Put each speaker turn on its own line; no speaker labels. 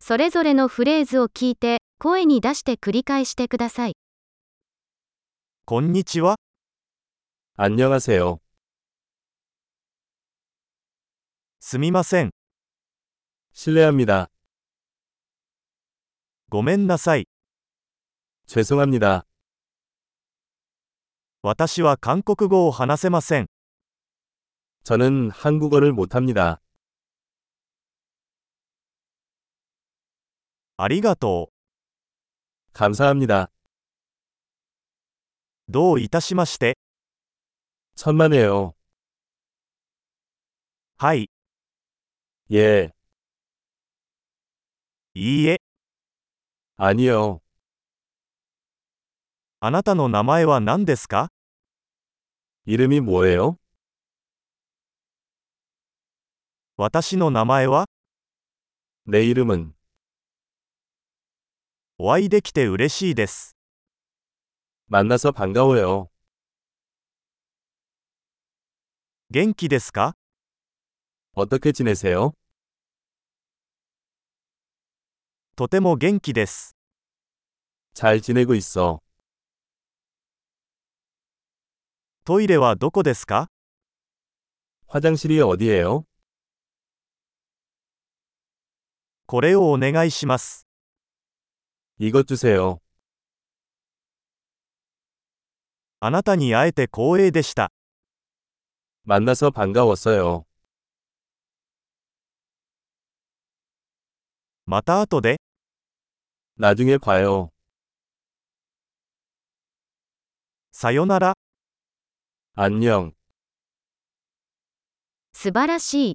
それぞれのフレーズを聞いて、声に出して繰り返してください。
건니치와
안녕하세요.
すみません
실례합니다.
ごめんなさい
죄송합니다.
私は韓国語を話せません
저는 한국어를 못합니다.
ありがと
감사합니다.
うどういたしまして
천만에요.
はい
예,
いいえ
아니요.
あなたの名前は何ですか
이름이 뭐예요?
私の名前は
내 이름은
お会いできて嬉しいです
만나서 반가워요.
元気ですか
어떻게 지내세요?
とても元気です
잘 지내고 있어.
トイレはどこですか
화장실이 어디예요?
これをお願いします
이것 주세요.
あなたに会えて光栄でした
만나서 반가웠어요.
また後で
나중에 봐요.
さよなら
안녕.
素晴らしい。